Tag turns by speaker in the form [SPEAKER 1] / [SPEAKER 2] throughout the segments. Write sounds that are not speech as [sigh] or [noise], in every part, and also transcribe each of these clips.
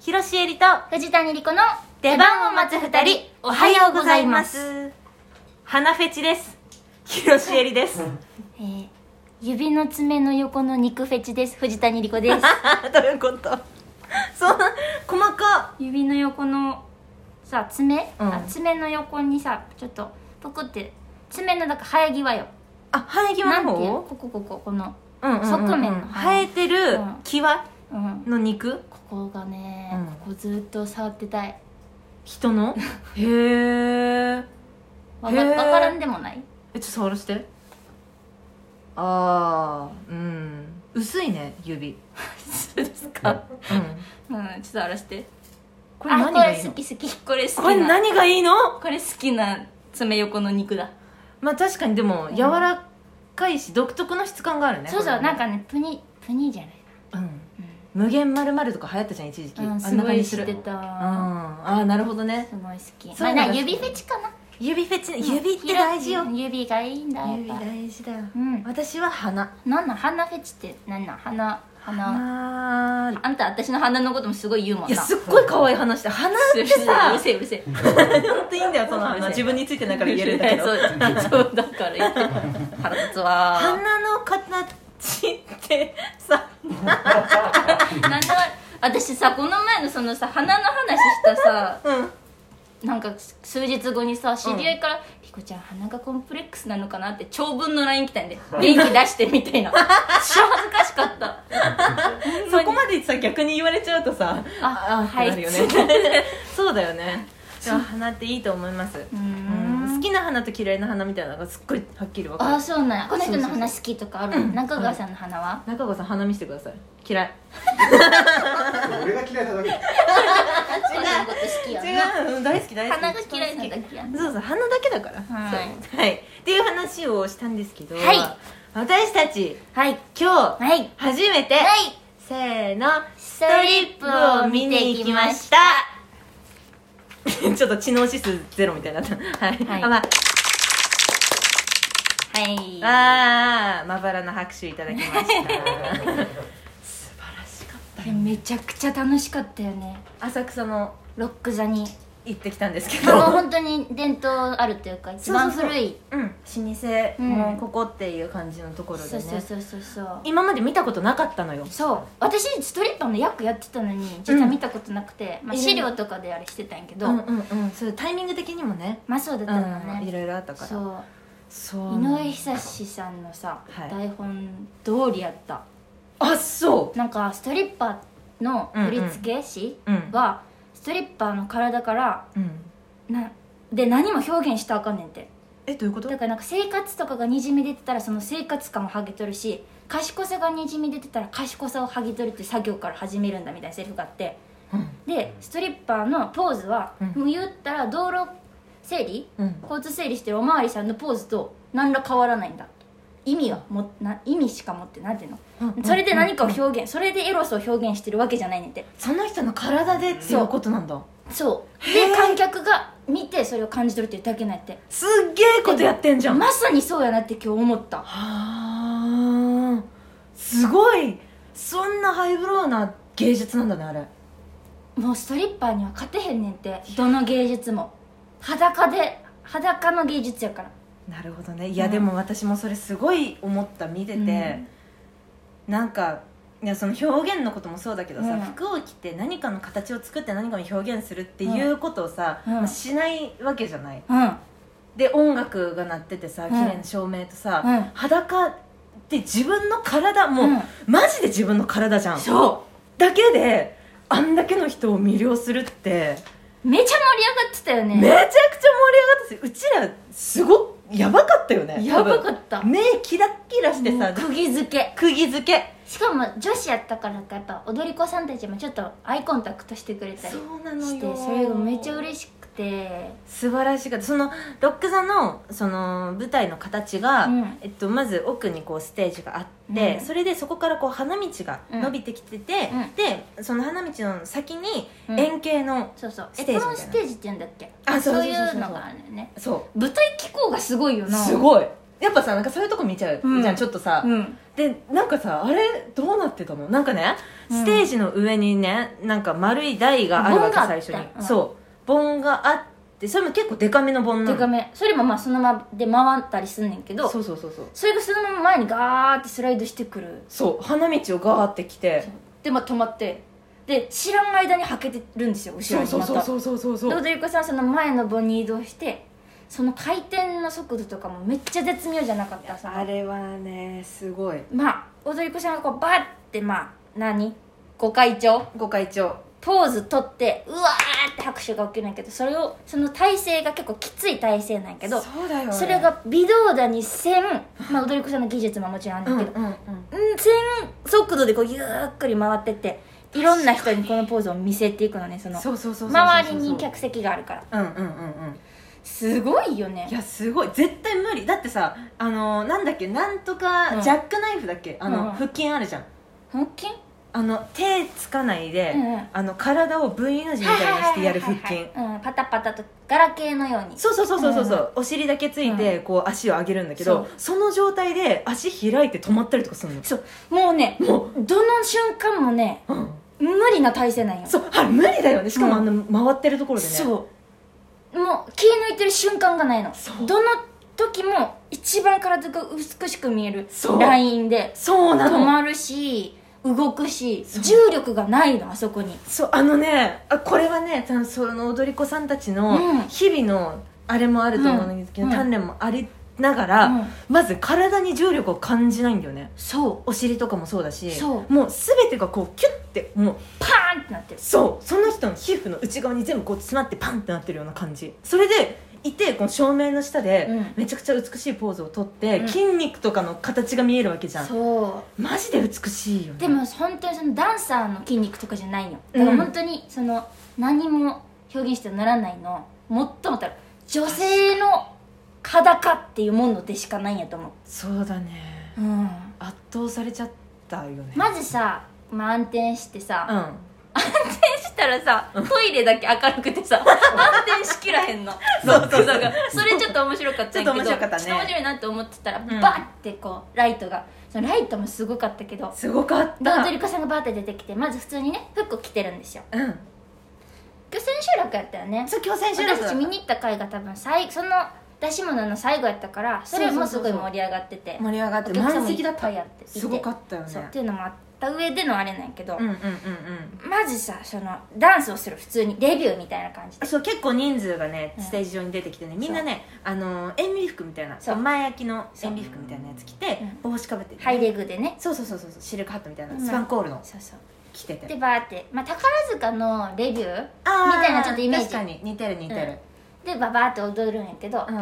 [SPEAKER 1] 広瀬えりと
[SPEAKER 2] 藤谷莉子の
[SPEAKER 1] 出番を待つ二人おはようございます花フェチです広瀬えりです
[SPEAKER 2] えー指の爪の横の肉フェチです藤谷莉子です
[SPEAKER 1] [laughs] どういうことそんな細か
[SPEAKER 2] [laughs] 指の横のさ爪、
[SPEAKER 1] うん
[SPEAKER 2] あ爪の横にさちょっとぷくって爪のなんか生え際よ
[SPEAKER 1] あ生え
[SPEAKER 2] な
[SPEAKER 1] 際
[SPEAKER 2] んて
[SPEAKER 1] の
[SPEAKER 2] いうの
[SPEAKER 1] 方
[SPEAKER 2] こここここの
[SPEAKER 1] うんうんうんうん
[SPEAKER 2] 側面の
[SPEAKER 1] 生えてる
[SPEAKER 2] うん
[SPEAKER 1] 際
[SPEAKER 2] うん
[SPEAKER 1] の肉
[SPEAKER 2] ここがね、
[SPEAKER 1] うん
[SPEAKER 2] ここずっと触ってたい
[SPEAKER 1] 人の [laughs] へー
[SPEAKER 2] わ
[SPEAKER 1] へ
[SPEAKER 2] か
[SPEAKER 1] ー
[SPEAKER 2] わからんでもない
[SPEAKER 1] えちょっと触らしてああうん薄いね指
[SPEAKER 2] そうですか
[SPEAKER 1] うん
[SPEAKER 2] うんちょっと荒らして
[SPEAKER 1] これ何がいいの
[SPEAKER 2] あこれ好き好きこれ好きな
[SPEAKER 1] これ何がいいの
[SPEAKER 2] これ好きな爪横の肉だ、
[SPEAKER 1] まあ確かにでも
[SPEAKER 2] うん
[SPEAKER 1] 柔らかいし独特の質感があるね
[SPEAKER 2] そうそう
[SPEAKER 1] これ
[SPEAKER 2] な
[SPEAKER 1] ね
[SPEAKER 2] んかねプニプニじゃない
[SPEAKER 1] うん
[SPEAKER 2] う
[SPEAKER 1] 無限まるまるとか流行ったじゃん一時期、
[SPEAKER 2] ん、うん、
[SPEAKER 1] あ
[SPEAKER 2] す
[SPEAKER 1] んな
[SPEAKER 2] ご
[SPEAKER 1] 感
[SPEAKER 2] い
[SPEAKER 1] じす
[SPEAKER 2] 知
[SPEAKER 1] る
[SPEAKER 2] って
[SPEAKER 1] うん
[SPEAKER 2] た
[SPEAKER 1] ああなるほどね
[SPEAKER 2] すごい好き
[SPEAKER 1] そう
[SPEAKER 2] ま
[SPEAKER 1] いう
[SPEAKER 2] あ
[SPEAKER 1] のが好
[SPEAKER 2] な
[SPEAKER 1] き
[SPEAKER 2] 指フェチかな
[SPEAKER 1] 指フェチ指って大事よ
[SPEAKER 2] 指がいいんだやっ
[SPEAKER 1] 指
[SPEAKER 2] ぱ
[SPEAKER 1] 大事だよ
[SPEAKER 2] うん
[SPEAKER 1] 私は鼻
[SPEAKER 2] なんなん鼻フェチってなんなん鼻鼻
[SPEAKER 1] 鼻
[SPEAKER 2] あんた私の鼻のこともすごい言うも
[SPEAKER 1] い
[SPEAKER 2] んな
[SPEAKER 1] やすっごい可愛い話して鼻って
[SPEAKER 2] う
[SPEAKER 1] さ
[SPEAKER 2] るせえうるせえうるせえ
[SPEAKER 1] 本当いいんだよその鼻自分についてないから言えるんだ [laughs] けど
[SPEAKER 2] [laughs] そうそうだから
[SPEAKER 1] [laughs]
[SPEAKER 2] 言って腹立つわ
[SPEAKER 1] 鼻の形って [laughs] さ
[SPEAKER 2] なんだ私さこの前のそのさ鼻の話したさ
[SPEAKER 1] うん
[SPEAKER 2] なんか数日後にさ知り合いから「ひこちゃん鼻がコンプレックスなのかな?」って長文の LINE 来たんで「元気出して」みたい [laughs] な超恥ずかしかった
[SPEAKER 1] そこまでさ逆に言われちゃうとさ
[SPEAKER 2] あ
[SPEAKER 1] あってなるよね、 [laughs]
[SPEAKER 2] [laughs]
[SPEAKER 1] そうだよねでも花っていいと思います、
[SPEAKER 2] うー
[SPEAKER 1] うん好
[SPEAKER 2] ん
[SPEAKER 1] きな花と嫌いな花みたいなのがすっごいはっきり分か
[SPEAKER 2] あ
[SPEAKER 1] る
[SPEAKER 2] あそうなんやこの人
[SPEAKER 1] そうそ
[SPEAKER 2] の
[SPEAKER 1] うそう
[SPEAKER 2] 鼻好きとかあるの中川さんの鼻は
[SPEAKER 1] 中川さん花見せてください嫌い
[SPEAKER 3] 俺が嫌いな
[SPEAKER 2] そういうこと
[SPEAKER 3] だけ
[SPEAKER 2] 好きやんな
[SPEAKER 1] 違う、うん、大好き大好き
[SPEAKER 2] 鼻が嫌いなだけやんな
[SPEAKER 1] そうそう鼻だけだから
[SPEAKER 2] はい
[SPEAKER 1] そうはいっていう話をしたんですけど、
[SPEAKER 2] はい
[SPEAKER 1] 私たち
[SPEAKER 2] はい
[SPEAKER 1] 今日
[SPEAKER 2] はい
[SPEAKER 1] 初めて、
[SPEAKER 2] はい
[SPEAKER 1] せーの
[SPEAKER 2] ストリップを見ていきました
[SPEAKER 1] [laughs] ちょっと知能指数ゼロみたいになったはい、
[SPEAKER 2] はい
[SPEAKER 1] あまあ
[SPEAKER 2] はい
[SPEAKER 1] あーまばらな拍手いただきま
[SPEAKER 2] [laughs]
[SPEAKER 1] した素晴らしかっ
[SPEAKER 2] これめちゃくちゃ楽しかったよね
[SPEAKER 1] た浅草の
[SPEAKER 2] ロック
[SPEAKER 1] [laughs]
[SPEAKER 2] 座に
[SPEAKER 1] 行ってきたんですけ
[SPEAKER 2] あ
[SPEAKER 1] ど
[SPEAKER 2] の本当に伝統あるというか一番古い
[SPEAKER 1] うん老舗
[SPEAKER 2] うん
[SPEAKER 1] もうここっていう感じのところで
[SPEAKER 2] そう
[SPEAKER 1] ね
[SPEAKER 2] そうそうそうそう
[SPEAKER 1] 今まで見たことなかったのよ
[SPEAKER 2] そう私ストリップの役やってたのに実は見たことなくて、まあ、
[SPEAKER 1] えー
[SPEAKER 2] 資料とかであれしてたんやけど、
[SPEAKER 1] うんうんうんそうタイミング的にもね
[SPEAKER 2] まあそうだったのね、
[SPEAKER 1] うんいろいろあったから
[SPEAKER 2] そう
[SPEAKER 1] そう
[SPEAKER 2] 井上久志さんのさ、
[SPEAKER 1] はい
[SPEAKER 2] 台本通りやった
[SPEAKER 1] あそ
[SPEAKER 2] なんかストリッパーの振付師
[SPEAKER 1] ううん
[SPEAKER 2] はストリッパーの体から
[SPEAKER 1] うん
[SPEAKER 2] なで何も表現したらあかんねんて
[SPEAKER 1] えどういうこと
[SPEAKER 2] だからなんか生活とかがにじみ出てたらその生活感を剥ぎ取るし賢さがにじみ出てたら賢さを剥ぎ取るっていう作業から始めるんだみたいなセリフがあって
[SPEAKER 1] うん
[SPEAKER 2] でストリッパーのポーズは、
[SPEAKER 1] うん
[SPEAKER 2] もう言ったら道路整理
[SPEAKER 1] うん
[SPEAKER 2] 交通整理してるおまわりさんのポーズと何ら変わらないんだ意味はもな意味しか持ってなんていうのそれで何かを表現、それでエロスを表現してるわけじゃないねんて
[SPEAKER 1] その人の体でっていうことなんだ
[SPEAKER 2] そう
[SPEAKER 1] へ
[SPEAKER 2] で
[SPEAKER 1] ー
[SPEAKER 2] 観客が見てそれを感じ取るっていうだけなんやって
[SPEAKER 1] すっげえことやってんじゃんは
[SPEAKER 2] まさにそうやなって今日思った
[SPEAKER 1] あすごいそんなハイブローな芸術なんだねあれ
[SPEAKER 2] もうストリッパーには勝てへんねんてどの芸術も裸で裸の芸術やから
[SPEAKER 1] なるほどねいや、
[SPEAKER 2] うん
[SPEAKER 1] でも私もそれすごい思った見てて、なんかいやその表現のこともそうだけどさ、
[SPEAKER 2] うん
[SPEAKER 1] 服を着て何かの形を作って何かを表現するっていうことをさ、
[SPEAKER 2] うん
[SPEAKER 1] まあしないわけじゃない
[SPEAKER 2] うん、うん
[SPEAKER 1] で音楽が鳴っててさ
[SPEAKER 2] ん
[SPEAKER 1] 綺麗な照明とさ、
[SPEAKER 2] うん
[SPEAKER 1] 裸って自分の体もう、
[SPEAKER 2] うん
[SPEAKER 1] マジで自分の体じゃん
[SPEAKER 2] そ
[SPEAKER 1] だけであんだけの人を魅了するって
[SPEAKER 2] うめちゃ盛り上がってたよ
[SPEAKER 1] めち
[SPEAKER 2] ね
[SPEAKER 1] ゃくちゃ盛り上がったしうちらすごやばかったよね
[SPEAKER 2] やば
[SPEAKER 1] 多
[SPEAKER 2] か
[SPEAKER 1] 分
[SPEAKER 2] った
[SPEAKER 1] 目キラッキラして
[SPEAKER 2] も
[SPEAKER 1] さ
[SPEAKER 2] う釘付け
[SPEAKER 1] 釘付け
[SPEAKER 2] しかも女子やったからなんかやっぱ踊り子さんたちもちょっとアイコンタクトしてくれたり
[SPEAKER 1] うな
[SPEAKER 2] してそれがめっちゃ嬉しくて
[SPEAKER 1] 素晴らしかったそのロック座のその舞台の形が、
[SPEAKER 2] うん
[SPEAKER 1] えっと、まず奥にこうステージがあって、
[SPEAKER 2] うん
[SPEAKER 1] それでそこからこう花道が伸びてきてて、
[SPEAKER 2] うん
[SPEAKER 1] でその花道の先に
[SPEAKER 2] うん
[SPEAKER 1] 円形の、
[SPEAKER 2] そうそう
[SPEAKER 1] ス
[SPEAKER 2] エ
[SPEAKER 1] テージみたい
[SPEAKER 2] プ
[SPEAKER 1] な
[SPEAKER 2] ロンステージって言うんだっけ
[SPEAKER 1] あそうそうそうそう
[SPEAKER 2] いうのがあるよね
[SPEAKER 1] そ
[SPEAKER 2] 舞台機構がすごいよ
[SPEAKER 1] う
[SPEAKER 2] な
[SPEAKER 1] すごいやっぱさなんかそういうとこ見ちゃう、
[SPEAKER 2] うん
[SPEAKER 1] じゃんちょっとさ、
[SPEAKER 2] うん
[SPEAKER 1] でなんかさあれどうなってたのなんかね
[SPEAKER 2] うん
[SPEAKER 1] ステージの上にねなんか丸い台があるわけ
[SPEAKER 2] 盆があ
[SPEAKER 1] 最
[SPEAKER 2] った
[SPEAKER 1] 初に、
[SPEAKER 2] うん
[SPEAKER 1] そう盆があってそれも結構デカめの盆な
[SPEAKER 2] で
[SPEAKER 1] の
[SPEAKER 2] かめそれもまあそのままで回ったりすんねんけど
[SPEAKER 1] そうそうそうそう
[SPEAKER 2] それがそのまま前にガーってスライドしてくる
[SPEAKER 1] そう花道をガーって来て
[SPEAKER 2] でまあ止まってで知らん間にはけてるんですよ後ろにまた
[SPEAKER 1] うそうそう
[SPEAKER 2] で踊り子さんはその前の棒に移動してその回転の速度とかもめっちゃ絶妙じゃなかったさ
[SPEAKER 1] あれはねすごい
[SPEAKER 2] まあ踊り子さんがこうバッてまあ何ご会長
[SPEAKER 1] ご会長
[SPEAKER 2] ポーズ取ってうわーって拍手が起きるんやけどそれをその体勢が結構きつい体勢なんやけど
[SPEAKER 1] そうだよね
[SPEAKER 2] それが微動だ
[SPEAKER 1] [laughs]
[SPEAKER 2] にせん、まあ、踊り子さんの技術ももちろんある
[SPEAKER 1] うんんう
[SPEAKER 2] だ
[SPEAKER 1] ん
[SPEAKER 2] けど、
[SPEAKER 1] うん
[SPEAKER 2] うん、全速度でこうゆっくり回ってっていろんな人にこのポーズを見せていくのねその
[SPEAKER 1] そうそうそうそうそうそう
[SPEAKER 2] 周りに客席があるから
[SPEAKER 1] うんうんうんうん
[SPEAKER 2] すごいよね
[SPEAKER 1] いやすごい絶対無理だってさあのなんだっけなんと
[SPEAKER 2] うん
[SPEAKER 1] かジャックナイフだっけ、あ
[SPEAKER 2] うんう
[SPEAKER 1] の
[SPEAKER 2] ん
[SPEAKER 1] 腹筋あるじゃん
[SPEAKER 2] 腹筋
[SPEAKER 1] あの手つかないで、
[SPEAKER 2] うんうん
[SPEAKER 1] あの体を V の字みたいにしてやる腹
[SPEAKER 2] はい
[SPEAKER 1] 筋
[SPEAKER 2] はいはいはいうん、パタパタとガラケーのように
[SPEAKER 1] そうそうそうそうそうそうお尻だけついてこう足を上げるんだけどその状態で足開いて止まったりとかするの
[SPEAKER 2] そうもうね
[SPEAKER 1] も
[SPEAKER 2] どの瞬間もね
[SPEAKER 1] う、うん、
[SPEAKER 2] 無理な体勢なんよ
[SPEAKER 1] そうあれ無理だよねしかもあ
[SPEAKER 2] うん
[SPEAKER 1] の回ってるところでね
[SPEAKER 2] そうもう気抜いてる瞬間がないの
[SPEAKER 1] そう
[SPEAKER 2] どの時も一番体が美しく見える
[SPEAKER 1] そう
[SPEAKER 2] ラインで
[SPEAKER 1] そうな
[SPEAKER 2] 止
[SPEAKER 1] の
[SPEAKER 2] まるし動くし
[SPEAKER 1] そう
[SPEAKER 2] 重力がないのあそこに
[SPEAKER 1] そうあのねあこれはね多分その踊り子さんたちの
[SPEAKER 2] うん
[SPEAKER 1] 日々のあれもあると思うんだけど、
[SPEAKER 2] うん
[SPEAKER 1] 鍛錬もありながら、
[SPEAKER 2] うん
[SPEAKER 1] まず体に重力を感じないんだよね
[SPEAKER 2] そ
[SPEAKER 1] お尻とかもそうだし
[SPEAKER 2] そう
[SPEAKER 1] もう全てがこうキュッてもう
[SPEAKER 2] うパーンってなってる
[SPEAKER 1] そうその人の皮膚の内側に全部こう詰まってパンってなってるような感じそれでいてこの照明の下で
[SPEAKER 2] うん
[SPEAKER 1] めちゃくちゃ美しいポーズをとって、
[SPEAKER 2] うん
[SPEAKER 1] 筋肉とかの形が見えるわけじゃん
[SPEAKER 2] そう
[SPEAKER 1] マジで美しいよね
[SPEAKER 2] でも本当にそのダンサーの筋肉とかじゃないのだか
[SPEAKER 1] う
[SPEAKER 2] ら
[SPEAKER 1] ん
[SPEAKER 2] 本当にその何も表現してはならないのもっともたる女性の裸っていうものでしかないんやと思う、
[SPEAKER 1] そうだね
[SPEAKER 2] うん、
[SPEAKER 1] 圧倒されちゃったよね
[SPEAKER 2] まずさ、まあ、暗転してさ、
[SPEAKER 1] うん
[SPEAKER 2] したらさトイレだけ明るく
[SPEAKER 1] [laughs]
[SPEAKER 2] てさ暗転しきらへんのそうそうそうそれちょっと面白かったんやけど
[SPEAKER 1] ちょっと面白かったね
[SPEAKER 2] ちょっと面白いなって思ってたら、
[SPEAKER 1] ん
[SPEAKER 2] バッてこうライトがそのライトもすごかったけど
[SPEAKER 1] すごかっ
[SPEAKER 2] ダ
[SPEAKER 1] た
[SPEAKER 2] ントリカさんがバーって出てきてまず普通にね服着てるんですよ
[SPEAKER 1] うん
[SPEAKER 2] 漁船集落やったよね
[SPEAKER 1] そう強制収録
[SPEAKER 2] 私たち見に行った回が多分最その出し物の最後やったからそれもすごい盛り上がってて
[SPEAKER 1] 盛り上がって
[SPEAKER 2] お客さん
[SPEAKER 1] 満
[SPEAKER 2] もい
[SPEAKER 1] 席だっ
[SPEAKER 2] ったぱいやっていて
[SPEAKER 1] すごかったよ
[SPEAKER 2] そうっ
[SPEAKER 1] ね
[SPEAKER 2] ていうのもあった上でのあれなんやけ
[SPEAKER 1] う
[SPEAKER 2] ど、
[SPEAKER 1] んうんうんうん
[SPEAKER 2] まずさそのダンスをする普通にレビューみたいな感じで
[SPEAKER 1] そう結構人数がね
[SPEAKER 2] うん
[SPEAKER 1] ステージ上に出てきてね、みんなねあのー塩ビ服みたいな
[SPEAKER 2] そう
[SPEAKER 1] 前焼きの塩ビ服みたいなやつ着て帽子かぶって、ね
[SPEAKER 2] ハイレグでね
[SPEAKER 1] そうそうそうそうシルクハットみたいな、
[SPEAKER 2] うん
[SPEAKER 1] スパンコールの
[SPEAKER 2] そうそう
[SPEAKER 1] 着てて
[SPEAKER 2] でバーって、まあ、宝塚のレビュー
[SPEAKER 1] あー
[SPEAKER 2] みたいなちょっとイメージ
[SPEAKER 1] 確かに似てる似てる
[SPEAKER 2] でババーって踊るんやけど、
[SPEAKER 1] うん、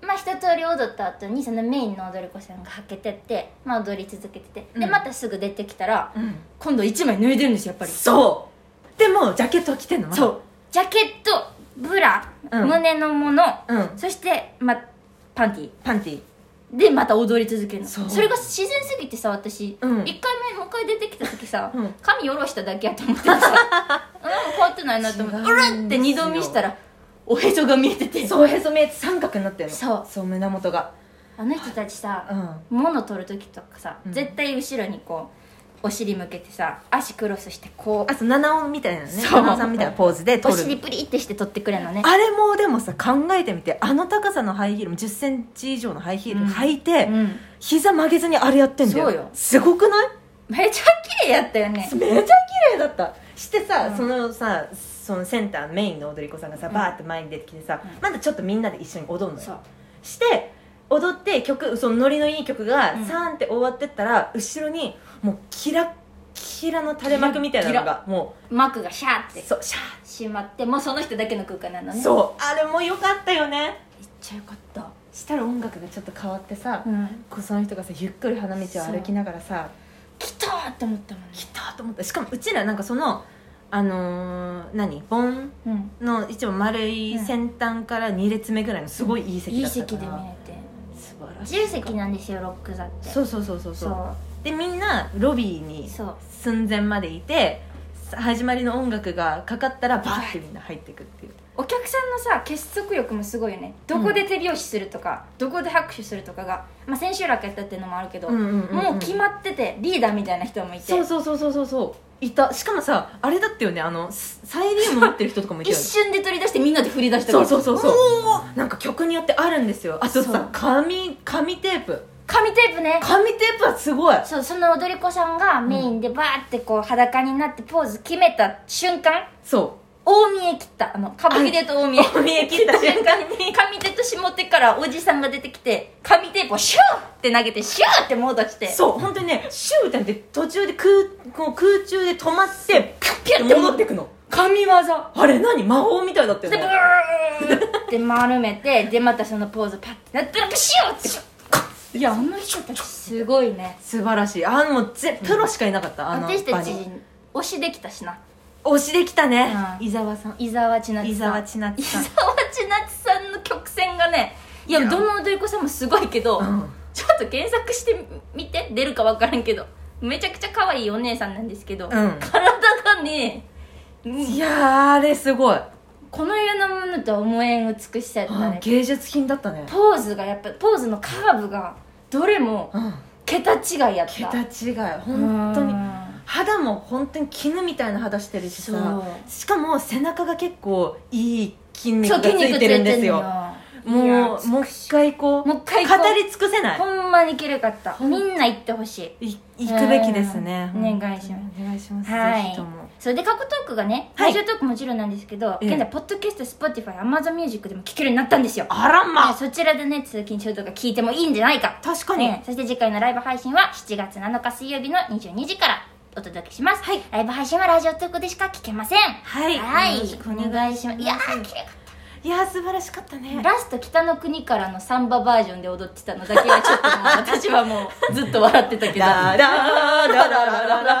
[SPEAKER 2] まあ一通り踊った後にそのメインの踊り子さんがはけてって、まあ、踊り続けててで
[SPEAKER 1] うん
[SPEAKER 2] またすぐ出てきたら、
[SPEAKER 1] うん
[SPEAKER 2] 今度1枚脱いでるんですよやっぱり
[SPEAKER 1] そうでもうジャケットは着てんのまだ
[SPEAKER 2] そうジャケットブラ、
[SPEAKER 1] うん
[SPEAKER 2] 胸のもの
[SPEAKER 1] うん
[SPEAKER 2] そして、ま、パンティ
[SPEAKER 1] パンティ
[SPEAKER 2] でまた踊り続けるの
[SPEAKER 1] そ
[SPEAKER 2] そうれが自然すぎてさ私、一
[SPEAKER 1] うん
[SPEAKER 2] 1回目もう一回出てきた時さ、
[SPEAKER 1] うん
[SPEAKER 2] 髪下ろしただけやと思っ
[SPEAKER 1] [laughs]
[SPEAKER 2] てさなんか変わってないなと思
[SPEAKER 1] 違うん
[SPEAKER 2] って「う
[SPEAKER 1] ですよ
[SPEAKER 2] ら!」って二度見したらおへそが見えてて
[SPEAKER 1] そうへそ目三角になってるの
[SPEAKER 2] そう
[SPEAKER 1] そう胸元が
[SPEAKER 2] あの人たちさ、
[SPEAKER 1] うん
[SPEAKER 2] 物取る時とかさ、
[SPEAKER 1] うん
[SPEAKER 2] 絶対後ろにこうお尻向けてさ足クロスしてこう
[SPEAKER 1] あと七音みたいなね
[SPEAKER 2] そう
[SPEAKER 1] 七音さんみたいなポーズで撮
[SPEAKER 2] お
[SPEAKER 1] る
[SPEAKER 2] 尻プリってして取ってくれるのね
[SPEAKER 1] あれもでもさ考えてみてあの高さのハイヒールも1 0ンチ以上のハイヒール履いて、
[SPEAKER 2] うん
[SPEAKER 1] 膝曲げずにあれやってんだよ
[SPEAKER 2] そうよ
[SPEAKER 1] すごくない
[SPEAKER 2] めちゃ綺麗やったよね
[SPEAKER 1] [laughs] めちゃ綺麗だったしてさ、
[SPEAKER 2] うん
[SPEAKER 1] そのさそのセンターメインの踊り子さんがさ、バーって前に出てきてさ、
[SPEAKER 2] うん
[SPEAKER 1] まだちょっとみんなで一緒に踊るの
[SPEAKER 2] そ
[SPEAKER 1] よ
[SPEAKER 2] う
[SPEAKER 1] して踊って曲そのノリのいい曲
[SPEAKER 2] う
[SPEAKER 1] が
[SPEAKER 2] ん
[SPEAKER 1] サーンって終わってったら、後ろにもうキラッキラの垂れ幕みたいなの
[SPEAKER 2] キラ
[SPEAKER 1] がも
[SPEAKER 2] 幕がシャーっ
[SPEAKER 1] う
[SPEAKER 2] て
[SPEAKER 1] そうシャーっ
[SPEAKER 2] しまってもうその人だけの空間なの
[SPEAKER 1] て
[SPEAKER 2] ねう
[SPEAKER 1] そうあれも良かったよね
[SPEAKER 2] めっちゃよかった
[SPEAKER 1] したら音楽がちょっと変わってさ、
[SPEAKER 2] うん
[SPEAKER 1] こうその人がさゆっくり花道を歩きながらさ
[SPEAKER 2] 来たーって思ったもんね
[SPEAKER 1] 来たと思ったしかもうちらなんかそのあのー何盆
[SPEAKER 2] うん
[SPEAKER 1] の一応丸い先端から2列目ぐらいのすごいいい席
[SPEAKER 2] い
[SPEAKER 1] だ
[SPEAKER 2] い
[SPEAKER 1] ったから
[SPEAKER 2] 席で見え
[SPEAKER 1] 素晴ら
[SPEAKER 2] て
[SPEAKER 1] しい
[SPEAKER 2] 自由席なんですよロック座って
[SPEAKER 1] そうそうそうそう
[SPEAKER 2] そ
[SPEAKER 1] そううでみんなロビーに
[SPEAKER 2] そう
[SPEAKER 1] 寸前までいて始まりの音楽がかかったらバーってみんな入ってくっていう
[SPEAKER 2] お客さんのさ結束力もすごいよねどこで手拍子するとか、どこで拍手するとかが、まあ、千秋楽やったっていうのもあるけど、
[SPEAKER 1] うんうんうんうん
[SPEAKER 2] もう決まっててリーダーみたいな人もいて
[SPEAKER 1] そうそうそうそうそうそういたしかもさあれだったよねあのスサイリウム持ってる人とかもいた
[SPEAKER 4] 一
[SPEAKER 1] よね
[SPEAKER 4] 瞬で取り出してみんなで振り出した
[SPEAKER 1] そうそうそうそう
[SPEAKER 4] う
[SPEAKER 1] なんか曲によってあるんですよあと
[SPEAKER 2] そう
[SPEAKER 1] さ紙紙テープ
[SPEAKER 2] 紙テープね
[SPEAKER 1] 紙テープはすごい
[SPEAKER 2] そうその踊り子さんがメインでバーってこう裸になってポーズ決めた瞬間
[SPEAKER 1] そ
[SPEAKER 2] 大見え切ったあの歌舞伎で言うと大見え
[SPEAKER 1] う見え切った瞬間に
[SPEAKER 2] 紙手と下手からおじさんが出てきて紙テープをシューって投げてシューって戻して
[SPEAKER 1] そう本当にねシューってなって途中で空こう空中で止まってピュッピュッて戻ってくの
[SPEAKER 2] 神業そ
[SPEAKER 1] あれ何魔法みたいだったよ
[SPEAKER 2] してブ
[SPEAKER 1] ね
[SPEAKER 2] ーって丸めてでまたそのポーズパッてなってプシューっていやあの人たちすごいね
[SPEAKER 1] 素晴らしいあのもうぜプロしかいなかった、あの
[SPEAKER 2] 私たち
[SPEAKER 1] 場に
[SPEAKER 2] 推しできたしな
[SPEAKER 1] 推しできたね、
[SPEAKER 2] うん
[SPEAKER 1] 伊沢さん
[SPEAKER 2] 伊沢千夏さん
[SPEAKER 1] 伊沢千夏さん
[SPEAKER 2] 伊沢千夏さんの曲線がねいやどの踊り子さんもすごいけど、
[SPEAKER 1] うん
[SPEAKER 2] ちょっと検索してみて出るか分からんけどめちゃくちゃ可愛いお姉さんなんですけど、
[SPEAKER 1] うん
[SPEAKER 2] 体がね
[SPEAKER 1] いやーあれすごい、
[SPEAKER 2] この世のものとは思えん美しさやったね
[SPEAKER 1] 芸術品だったね、
[SPEAKER 2] ポーズがやっぱポーズのカーブがどれも
[SPEAKER 1] うん、
[SPEAKER 2] 桁違いやった
[SPEAKER 1] 桁違い本当に
[SPEAKER 2] うん
[SPEAKER 1] 肌も本当に絹みたいな肌してるし
[SPEAKER 2] そう
[SPEAKER 1] さしかも背中が結構いい筋肉
[SPEAKER 2] そ
[SPEAKER 1] が
[SPEAKER 2] う
[SPEAKER 1] ついてるんですよ
[SPEAKER 2] 筋肉ついてんの
[SPEAKER 1] もうもう一回こう
[SPEAKER 2] もう一回こう
[SPEAKER 1] 語り尽くせない
[SPEAKER 2] ほんまに綺麗かった
[SPEAKER 1] ほん
[SPEAKER 2] みんな行ってほしい
[SPEAKER 1] い行くべきですね
[SPEAKER 2] うんお願いします
[SPEAKER 1] お願いします
[SPEAKER 2] は
[SPEAKER 1] ぜ
[SPEAKER 2] い
[SPEAKER 1] ひとも
[SPEAKER 2] それで過去トークがね
[SPEAKER 1] はい
[SPEAKER 2] ラジオトークもちろんなんですけど、
[SPEAKER 1] ええ
[SPEAKER 2] 現在ポッドキャスト Spotify アマゾンミュージックでも聴けるようになったんですよ
[SPEAKER 1] あら
[SPEAKER 2] ね
[SPEAKER 1] ま
[SPEAKER 2] そちらでね通勤中とか聞いてもいいんじゃないか
[SPEAKER 1] 確かに
[SPEAKER 2] ね、そして次回のライブ配信は7月7日水曜日の22時からお届けします、
[SPEAKER 1] はい
[SPEAKER 2] ライブ配信はラジオトークでしか聞けません
[SPEAKER 1] はい
[SPEAKER 2] はい
[SPEAKER 1] よろしくお
[SPEAKER 2] お
[SPEAKER 1] 願いします
[SPEAKER 2] 願いしますいやー綺麗かっ
[SPEAKER 1] いやー素晴らしかったね
[SPEAKER 2] たラスト北の国からのサンババージョンで踊って
[SPEAKER 1] [laughs]
[SPEAKER 2] たのだけはちょっともう私はもうずっと笑ってたけど
[SPEAKER 1] ラララララララ